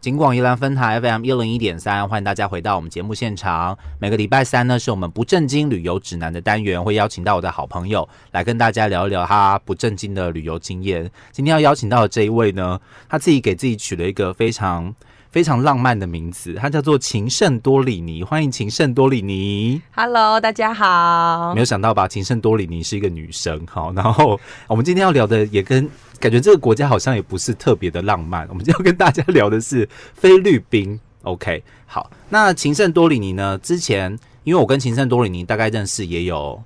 金广宜兰分台 FM 一零一点三，欢迎大家回到我们节目现场。每个礼拜三呢，是我们不正经旅游指南的单元，会邀请到我的好朋友来跟大家聊一聊他不正经的旅游经验。今天要邀请到的这一位呢，他自己给自己取了一个非常非常浪漫的名字，他叫做情圣多里尼。欢迎情圣多里尼。 Hello，大家好没。有想到吧，情圣多里尼是一个女生，好，然后我们今天要聊的也跟感觉这个国家好像也不是特别的浪漫，我们今天要跟大家聊的是菲律宾。OK，好，那情圣多里尼呢？之前因为我跟情圣多里尼大概认识也有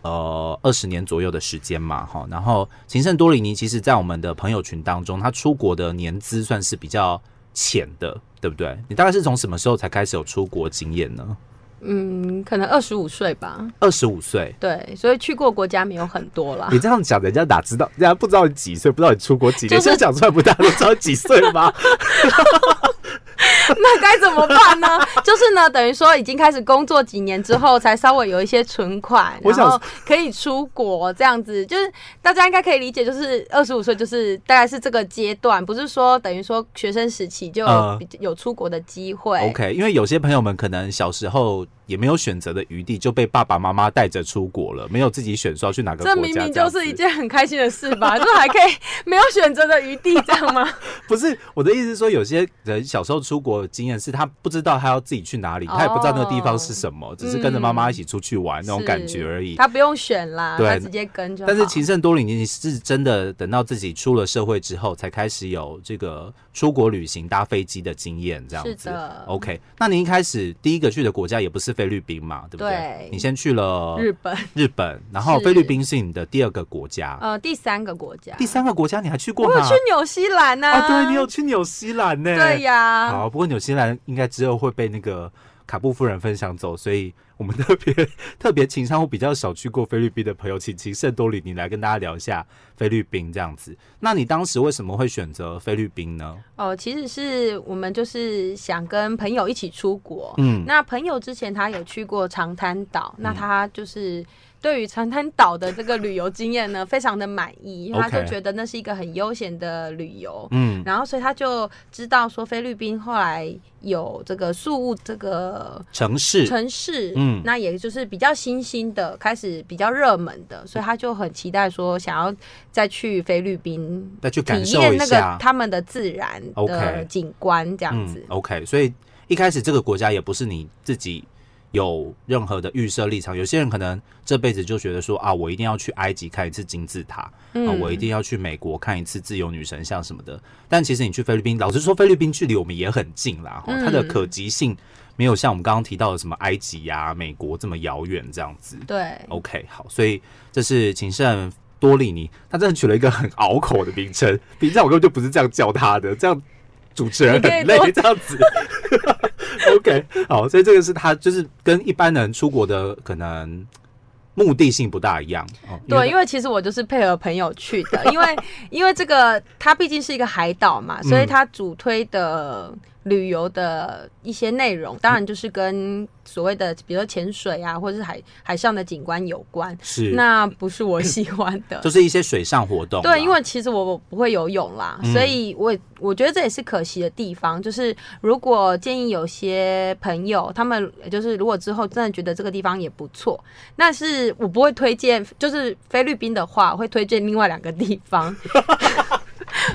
呃二十年左右的时间嘛，哈，然后情圣多里尼其实在我们的朋友群当中，他出国的年资算是比较浅的，对不对？你大概是从什么时候才开始有出国经验呢？嗯，可能二十五岁吧。二十五岁，对，所以去过国家没有很多啦你。这样讲，人家哪知道？人家不知道你几岁，不知道你出国几年，就是现在讲出来不大家都知道几岁 吗？那该怎么办呢？ 就是呢，等于说已经开始工作几年之后，才稍微有一些存款，我然想后可以出国这样子。就是大家应该可以理解，就是二十五岁就是大概是这个阶段，不是说等于说学生时期就嗯有比有出国的机会。 OK，因为有些朋友们可能小时候也没有选择的余地，就被爸爸妈妈带着出国了，没有自己选说要去哪个国家这这明明样就子是一件很开心的事 吧？就还可以没有选择的余地，这样吗？不是我的意思是说，有些人小时候出国的经验是他不知道他要自己去哪里，他也不知道那个地方是什哦么，只是跟着妈妈一起出去玩、那种嗯感觉而已。他不用选啦，对他直接跟就好。但是情圣多里尼是真的等到自己出了社会之后，才开始有这个出国旅行搭飞机的经验，这样是子的。 OK，那你一开始第一个去的国家也不是菲律宾嘛，对不对？对你先去了日本，日本，然后是菲律宾是你的第二个国家， 呃，第三个国家，第三个国家你还去过我有哪去？纽西兰呢、啊，对你有去纽西兰呢？对呀、好，不过纽西兰应该之后会被那个卡布夫人分享走，所以我们特别特别情商我比较少去过菲律宾的朋友，请请圣多里尼来跟大家聊一下菲律宾这样子。那你当时为什么会选择菲律宾呢？哦，其实是我们就是想跟朋友一起出国。嗯，那朋友之前他有去过长滩岛，那他就是对于长滩岛的这个旅游经验呢，非常的满意，因为他 OK 就觉得那是一个很悠闲的旅游。嗯，然后，所以他就知道说菲律宾后来有这个宿务这个城市，城市，嗯嗯，那也就是比较新兴的，开始比较热门的，所以他就很期待说想要再去菲律宾再去体感受验一那个下。他们的自然 OK 的景观这样子。嗯，OK，所以一开始这个国家也不是你自己。有任何的预设立场，有些人可能这辈子就觉得说啊，我一定要去埃及看一次金字塔，嗯啊，我一定要去美国看一次自由女神像什么的。但其实你去菲律宾，老实说，菲律宾距离我们也很近啦，哈、它的嗯可及性没有像我们刚刚提到的什么埃及呀、美国这么遥远这样子。对， OK，好，所以这是情圣多利尼，他真的取了一个很拗口的名称， 平常我根本就不是这样叫他的，这样主持人你可以很累多这样子。OK，好，所以这个是他就是跟一般人出国的可能目的性不大一样哦。对，为因为其实我就是配合朋友去 的，因为因为这个它毕竟是一个海岛嘛，所以嗯它主推的旅游的一些内容，当然嗯就是跟所谓的比如说潜水啊，或者是海海上的景观有关。是那不是我喜欢 的，就是一些水上活动啦。啊对，因为其实我我不会游泳啦，嗯所以我也我觉得这也是可惜的地方。就是如果建议有些朋友，他们就是如果之后真的觉得这个地方也不错，那是我不会推荐。就是菲律宾的话，我会推荐另外两个地 方。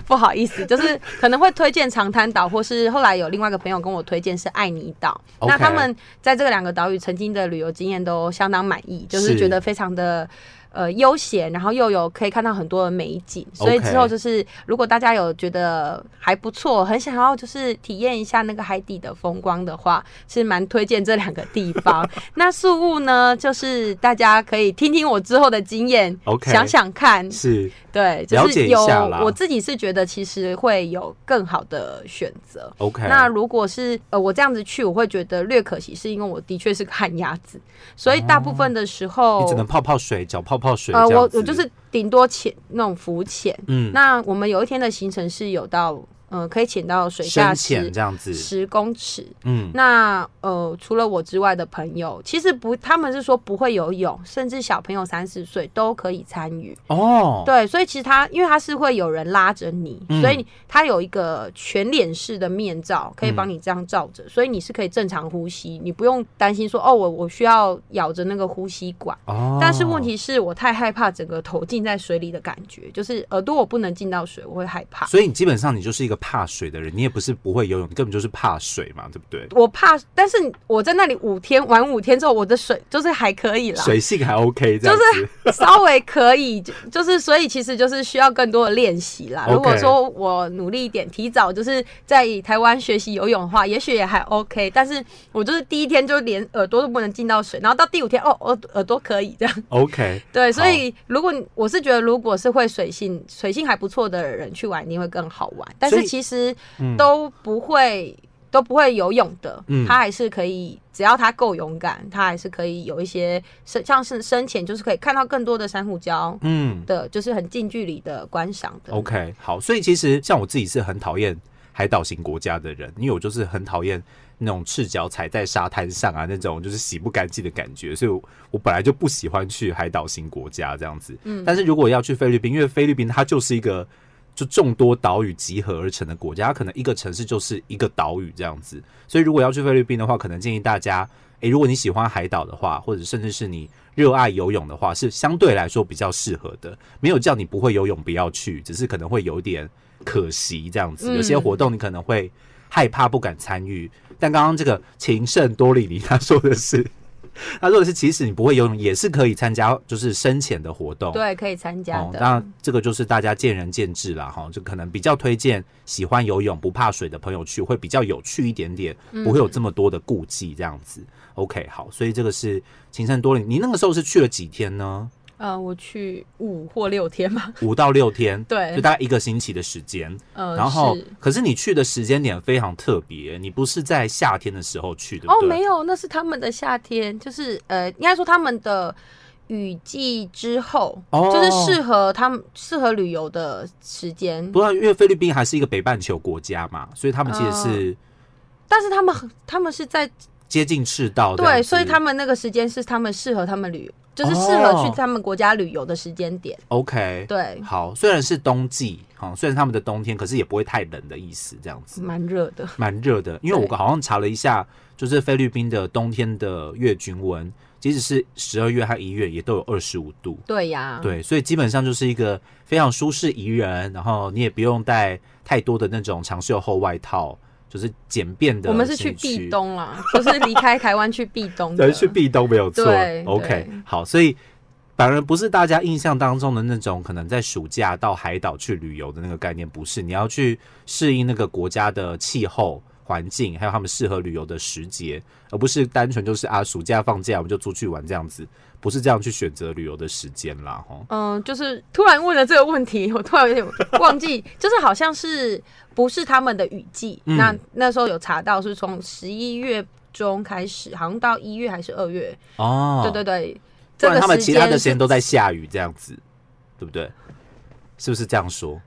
不好意思，就是可能会推荐长滩岛，或是后来有另外一个朋友跟我推荐是爱尼岛。 OK 那他们在这两个岛屿曾经的旅游经验都相当满意，就是是觉得非常的呃悠闲，然后又有可以看到很多的美景，所以 OK 之后就是如果大家有觉得还不错，很想要就是体验一下那个海底的风光的话，是蛮推荐这两个地方。 那宿雾呢，就是大家可以听听我之后的经验 OK 想想看，是对，就了解是一有下啦我自己是觉得其实会有更好的选择。 OK。那如果是呃我这样子去，我会觉得略可惜，是因为我的确是个旱鸭子，所以大部分的时候，哦你只能泡泡水，脚泡泡水。呃这样我子我就是顶多潜那种浮潜。嗯那我们有一天的行程是有到嗯、可以潜到水下深浅十这样子，十公尺。嗯，那呃，除了我之外的朋友，其实不，他们是说不会游泳，甚至小朋友三四岁都可以参与。哦，对，所以其实他因为他是会有人拉着你，嗯所以他有一个全脸式的面罩，可以嗯帮你这样罩着，所以你是可以正常呼吸，你不用担心说哦，我我需要咬着那个呼吸管。哦，但是问，题是我太害怕整个头浸在水里的感觉，就是耳朵我不能进到水，我会害怕。所以你基本上你就是一个怕水的人，你也不是不会游泳，你根本就是怕水嘛，对不对？我怕，但是我在那里五天玩五天之后，我的水就是还可以啦，水性还 OK 这啊就样子，是稍微可以，就就是所以其实就是需要更多的练习啦。 OK 如果说我努力一点，提早就是在台湾学习游泳的话，也许也还 OK。但是我就是第一天就连耳朵都不能进到水，然后到第五天哦，耳耳朵可以这样。 OK，对，所以如果你我是觉得，如果是会水性、水性还不错的人去玩，一定会更好玩。但所是以其实嗯都不会、都不会游泳的，嗯他还是可以，只要他够勇敢，他还是可以有一些深，像是深潜，就是可以看到更多的珊瑚礁嗯哦的，就是很近距离的观赏的。 ，OK，好，所以其实像我自己是很讨厌海岛型国家的人，因为我就是很讨厌那种赤脚踩在沙滩上啊，那种就是洗不干净的感觉，所以我我本来就不喜欢去海岛型国家这样子。嗯，但是如果要去菲律宾，因为菲律宾它就是一个就众多岛屿集合而成的国家，它可能一个城市就是一个岛屿这样子，所以如果要去菲律宾的话，可能建议大家。诶，如果你喜欢海岛的话，或者甚至是你热爱游泳的话，是相对来说比较适合的。没有叫你不会游泳不要去，只是可能会有点可惜这样子。嗯有些活动你可能会害怕不敢参与。但刚刚这个情圣多里尼他说的是，他说的是，即使你不会游泳，也是可以参加就是深潜的活动。对，可以参加哦，的。那这个就是大家见仁见智啦，哈，就可能比较推荐喜欢游泳不怕水的朋友去，会比较有趣一点点，嗯不会有这么多的顾忌这样子。OK，好，所以这个是情圣多里，你那个时候是去了几天呢？呃，我去五或六天吧。 五到六天，对就大概一个星期的时间。呃，然后是，可是你去的时间点非常特别，你不是在夏天的时候去，对哦不，对？没有，那是他们的夏天，就是呃，应该说他们的雨季之后，哦就是适合他们适合旅游的时间。不然，因为菲律宾还是一个北半球国家嘛，所以他们其实哦是但是他们很他们是在接近赤道这样子。对，所以他们那个时间是他们适合他们旅游，就是适合去他们国家旅游的时间点。哦 OK，对，好，虽然是冬季，好、虽然他们的冬天，可是也不会太冷的意思，这样子，蛮热的。蛮热的。因为我对好像查了一下，就是菲律宾的冬天的月均温，即使是十二月和一月，也都有二十五度。对呀，对，所以基本上就是一个非常舒适宜人，然后你也不用带太多的那种长袖厚外套，就是简便的。我们是去避，冬啦，就是离开台湾去避冬的对，。呃去避冬没有错对。 OK，对好，所以反而不是大家印象当中的那种可能在暑假到海岛去旅游的那个概念，不是，你要去适应那个国家的气候。环境还有他们适合旅游的时节，而不是单纯就是啊，暑假放假我们就出去玩这样子，不是这样去选择旅游的时间啦，吼。嗯，就是突然问了这个问题，我突然有点忘记，就是好像是不是他们的雨季？嗯那那时候有查到是从十一月中开始，好像到一月还是二月？哦，对对对，不这然个他们其他的时间是都在下雨，这样子，对不对？是不是这样说？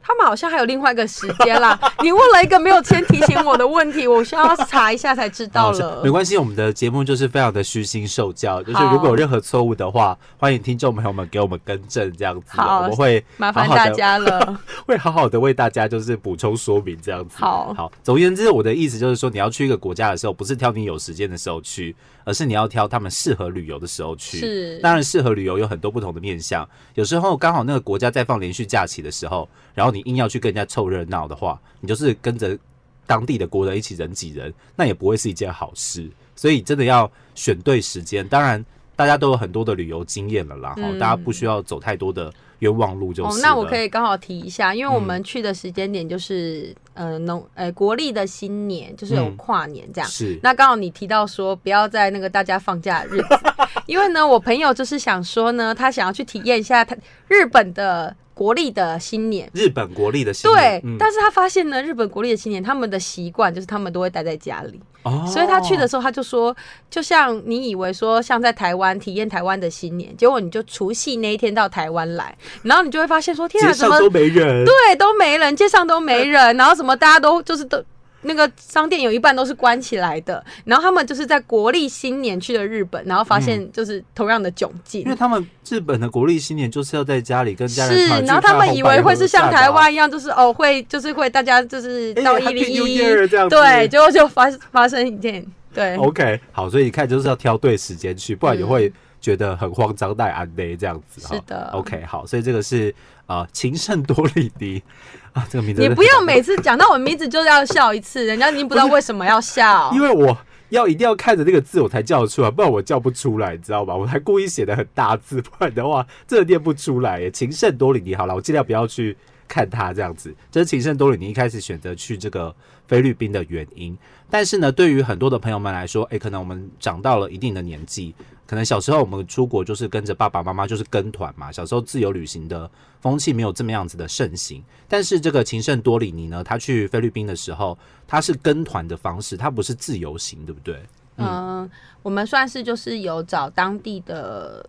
他们好像还有另外一个时间啦。你问了一个没有先提醒我的问题，我需要查一下才知道哦了是没。关系，我们的节目就是非常的虚心受教，就是好如果有任何错误的话，欢迎听众朋友们给我们更正，这样子，好我们会麻烦好好地大家了，会好好的为大家就是补充说明这样子。好好，总而言之，我的意思就是说，你要去一个国家的时候，不是挑你有时间的时候去，而是你要挑他们适合旅游的时候去。是哦当然适合旅游有很多不同的面向，有时候刚好那个国家在放连续假期的时候，然后你硬要去跟人家凑热闹的话，你就是跟着当地的国人一起人挤人，那也不会是一件好事。所以真的要选对时间，当然。大家都有很多的旅游经验了啦，哈、嗯大家不需要走太多的冤枉路就是哦了、，那我可以刚好提一下，因嗯为我们去的时间点就是、呃农呃国历的新年，就是有嗯跨年这样。是那刚好你提到说不要在那个大家放假的日子，因为呢，我朋友就是想说呢，他想要去体验一下他日本的国历的新年。日本国历的新对年，嗯但是他发现呢，日本国历的新年，他们的习惯就是他们都会待在家里，哦所以他去的时候他就说，就像你以为说像在台湾体验台湾的新年，结果你就除夕那一天到台湾来，然后你就会发现说，天啊，街怎上么都没人，对，都没人，街上都没人，然后什么大家都就是都。那个商店有一半都是关起来的，然后他们就是在国历新年去了日本，然后发现就是同样的窘境因，为他们日本的国历新年就是要在家里跟家人是，团聚然后他们以为会是像台，湾看一样，就是哦会就是会大家就是红白到红一大的零啊哎 Happy New 一， Year 这样子哦对，结果就发发生一件对， OK，好，所以一看就是要挑对时间去，不然你会觉得很慌张、带安内这样子哈。嗯是的 OK，好，所以这个是啊，呃情圣多里迪 啊，这个名字你真的不很要难每次讲到我名字就要笑一次，人家已经不知道为什么要 笑，因为我要一定要看着那个字我才叫得出来，不然我叫不出来，你知道吧？我还故意写的很大字，不然的话真的念不出来耶。情圣多里尼，好了，我尽量不要去看它这样子。这是情圣多里尼一开始选择去这个菲律宾的原因。但是呢，对于很多的朋友们来说，诶，可能我们长到了一定的年纪，可能小时候我们出国就是跟着爸爸妈妈，就是跟团嘛。小时候自由旅行的风气没有这么样子的盛行。但是这个情圣多里尼呢，他去菲律宾的时候，他是跟团的方式，他不是自由行，对不对？嗯，我们算是就是有找当地的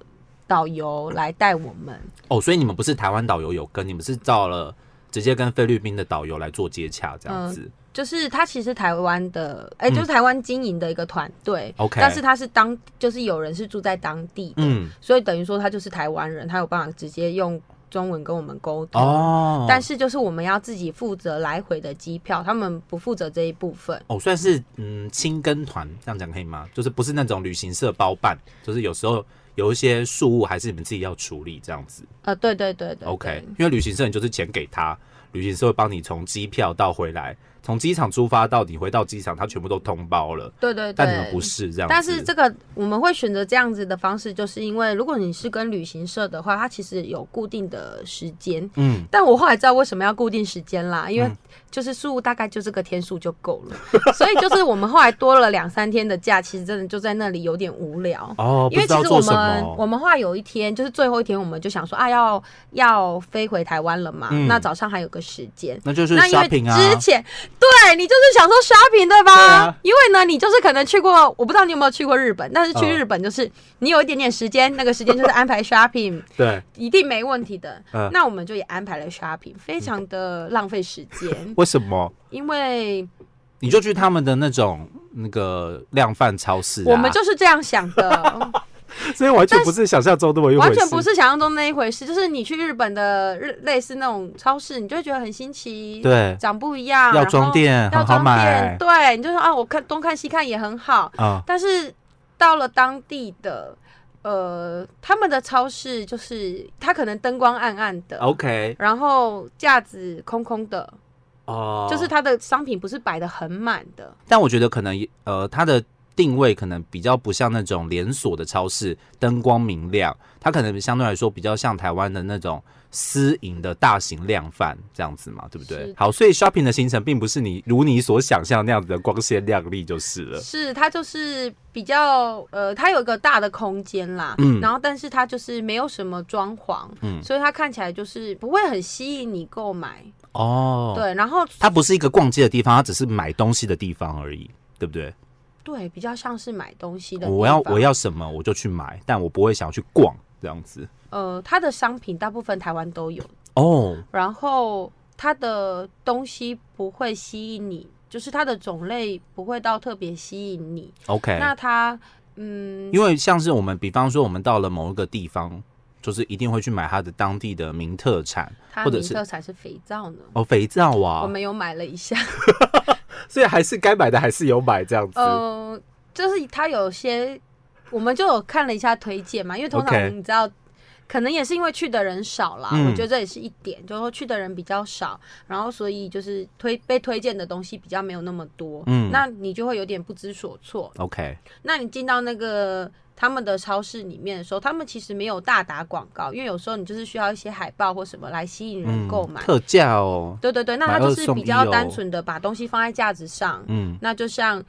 导游来带我们，哦，所以你们不是台湾导游有跟，你们是到了直接跟菲律宾的导游来做接洽这样子。就是他其实台湾的，哎、嗯就是台湾经营的一个团队、 OK 但是他是当就是有人是住在当地的，嗯，所以等于说他就是台湾人，他有办法直接用中文跟我们沟通。哦，但是就是我们要自己负责来回的机票，他们不负责这一部分。哦，算是嗯亲跟团这样讲可以吗？就是不是那种旅行社包办，就是有时候有一些事务还是你们自己要处理这样子。呃，对对对对对 OK，因为旅行社你就是钱给他，旅行社会帮你从机票到回来，从机场出发到你回到机场，他全部都通包了。对对对。但你们不是这样子，但是这个我们会选择这样子的方式，就是因为如果你是跟旅行社的话，它其实有固定的时间。嗯，但我后来知道为什么要固定时间啦，因为嗯就是数大概就这个天数就够了， 所以就是我们后来多了两三天的假，其实真的就在那里有点无聊。哦，因为不其知道实我做什们我么，们后来有一天，就是最后一天，我们就想说啊，要要飞回台湾了嘛，嗯那早上还有个时间，那就是那因为 shopping 啊，之前对你就是想说 shopping 对吧？对啊因为呢，你就是可能去过，我不知道你有没有去过日本，但是去嗯日本就是、你有一点点时间，那个时间就是安排 shopping，对，一定没问题的。嗯那我们就也安排了 shopping，非常的浪费时 间，为什么？因为你就去他们的那种那个量贩超市、啊，我们就是这样想的， 所以完全不是想象中那么一回事，完全不是想象中那一回事。就是你去日本的日类似那种超市，你就会觉得很新奇，对，长不一样，药啊然后妆店很药好妆店买，对，你就说啊，我看东看西看也很好。啊、但是到了当地的，呃，他们的超市就是它可能灯光暗暗的 o k 然后架子空空的，哦、就是，它的商品不是摆的很满的。但我觉得可能呃，它的定位可能比较不像那种连锁的超市，灯光明亮，它可能相对来说比较像台湾的那种私营的大型量贩这样子嘛，对不对是？好，所以 shopping 的行程并不是你如你所想象那样子的光鲜亮丽就是了。是它就是比较呃，它有一个大的空间啦，嗯然后但是它就是没有什么装潢，嗯所以它看起来就是不会很吸引你购买，哦，对，然后它不是一个逛街的地方，它只是买东西的地方而已，对不对？对比较像是买东西的地方，我要我要什么我就去买，但我不会想要去逛这样子。呃，它的商品大部分台湾都有，哦，然后它的东西不会吸引你，就是它的种类不会到特别吸引你。 OK，那它，嗯，因为像是我们，比方说我们到了某一个地方，就是一定会去买它的当地的名特产它或者名是特产是肥皂呢，哦，肥皂我啊，们有买了一下，所以还是该买的还是有买这样子。呃，就是它有些，我们就有看了一下推荐嘛，因为通 OK 常你知道。可能也是因为去的人少啦，嗯我觉得这也是一点，就是说去的人比较少，然后所以就是推被推荐的东西比较没有那么多，嗯那你就会有点不知所措。 OK，那你进到那个他们的超市里面的时候，他们其实没有大打广告，因为有时候你就是需要一些海报或什么来吸引嗯人购买。特价哦，对对对，那买他二就是送比一较哦单纯的把东西放在架子上，嗯，那就像。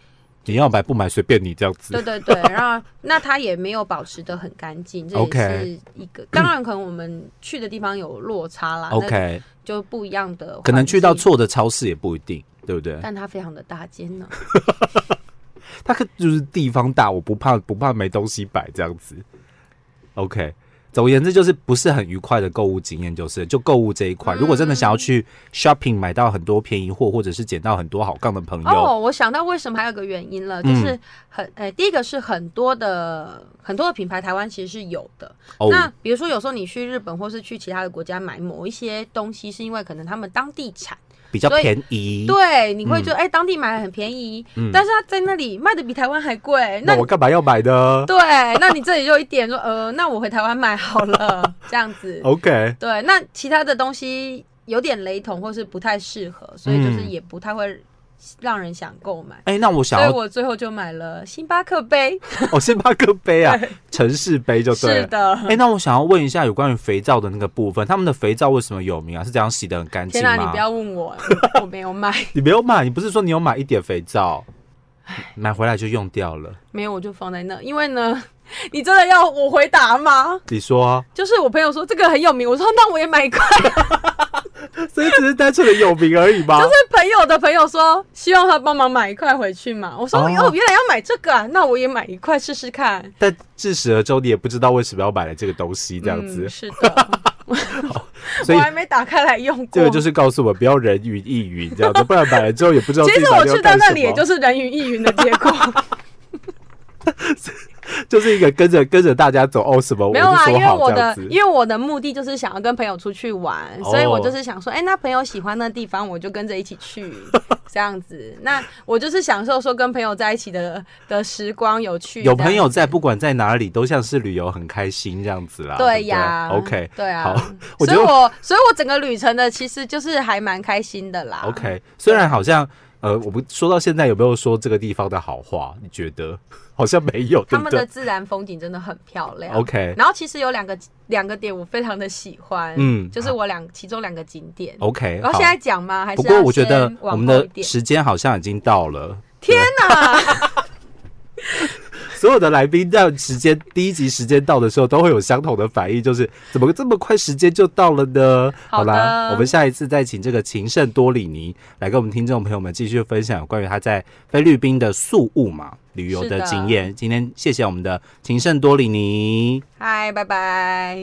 你要买不买随便你这样子。对对对， 然后那它也没有保持的很干净，这也 OK 是一 个。当然，可能我们去的地方有落差啦啊那 OK，就不一样的。可能去到，错的超市也不一定，对不对？但它非常的大间呢、它可就是地方大，我不怕不怕没东西摆这样子。OK，总而言之就是不是很愉快的购物经验，就是就购物这一块，如果真的嗯想要去 shopping 买到很多便宜货，或者是捡到很多好杠的朋友，哦，我想到为什么还有个原因嗯了，就是很呃、第一个是很多的很多的品牌，台湾其实是有的。哦那比如说，有时候你去日本或是去其他的国家买某一些东西，是因为可能他们当地产，比较所以便宜。对，你会觉得嗯哎、当地买很便宜，但是他在那里卖的比台湾还贵，那那我干嘛要买 呢对，那你这里就一点说，呃，那我回台湾买好 了，这样子。 ？OK，对，那其他的东西有点雷同，或是不太适合，所以就是嗯也不太会让人想购买。哎、那我想所以要我最后就买了星巴克杯，哦，星巴克杯 啊，城市杯就对是了。的。哎、那我想要问一下有关于肥皂的那个部分，他们的肥皂为什么有名啊？是这样洗的很干净天吗？哪、你不要问我，我没有 买，你没有买，你不是说你有买一点肥皂，买回来就用掉了？没有我就放在那，因为呢， 你真的要我回答吗？你说、啊，就是我朋友说这个很有名，我说那我也买一块，所以只是单纯的有名而已吗？就是朋友的朋友说希望他帮忙买一块回去嘛，我说哦哦原来要买这个啊，那我也买一块试试看。但自始而终，你也不知道为什么要买了这个东西，这样子嗯、，是的， 所以嗯我还没打开来用过。这个就是告诉我们不要人云亦云这样子，不然买了之后也不知道自其己实到我底要去干到什么。那里也就是人云亦云的结果，就是一个跟着跟着大家走哦，什么没有 我啦，就说因为我好这样的子因为我的目的就是想要跟朋友出去玩，哦所以我就是想说，哎、那朋友喜欢那地方，我就跟着一起去， 这样子。那我就是享受说跟朋友在一起的的时光，有趣。有朋友在，不管在哪里都像是旅游很开心这样子啦。这样啊对不对对呀 OK，对啊好，我觉所以得我所以我整个旅程的其实就是还蛮开心的啦。 OK，虽然好像呃，我们说到现在有没有说这个地方的好话？你觉得 好像没有，对他不们的对自然风景真的很漂亮。 ？OK 然后其实有两个两个点我非常的喜欢，嗯就是我两其中两个景点。 OK，然后好现。在讲吗？还是不过我觉要得先我往们后一的点时间好像已经到了，天哪，所有的来宾到时间第一集时间到的时候，都会有相同的反应，就是怎么这么快时间就到了呢？好啦，的我们下一次再请这个情圣多里尼来跟我们听众朋友们继续分享有关于他在菲律宾的宿务嘛旅游是的的经验。今天谢谢我们的情圣多里尼。嗨，拜拜。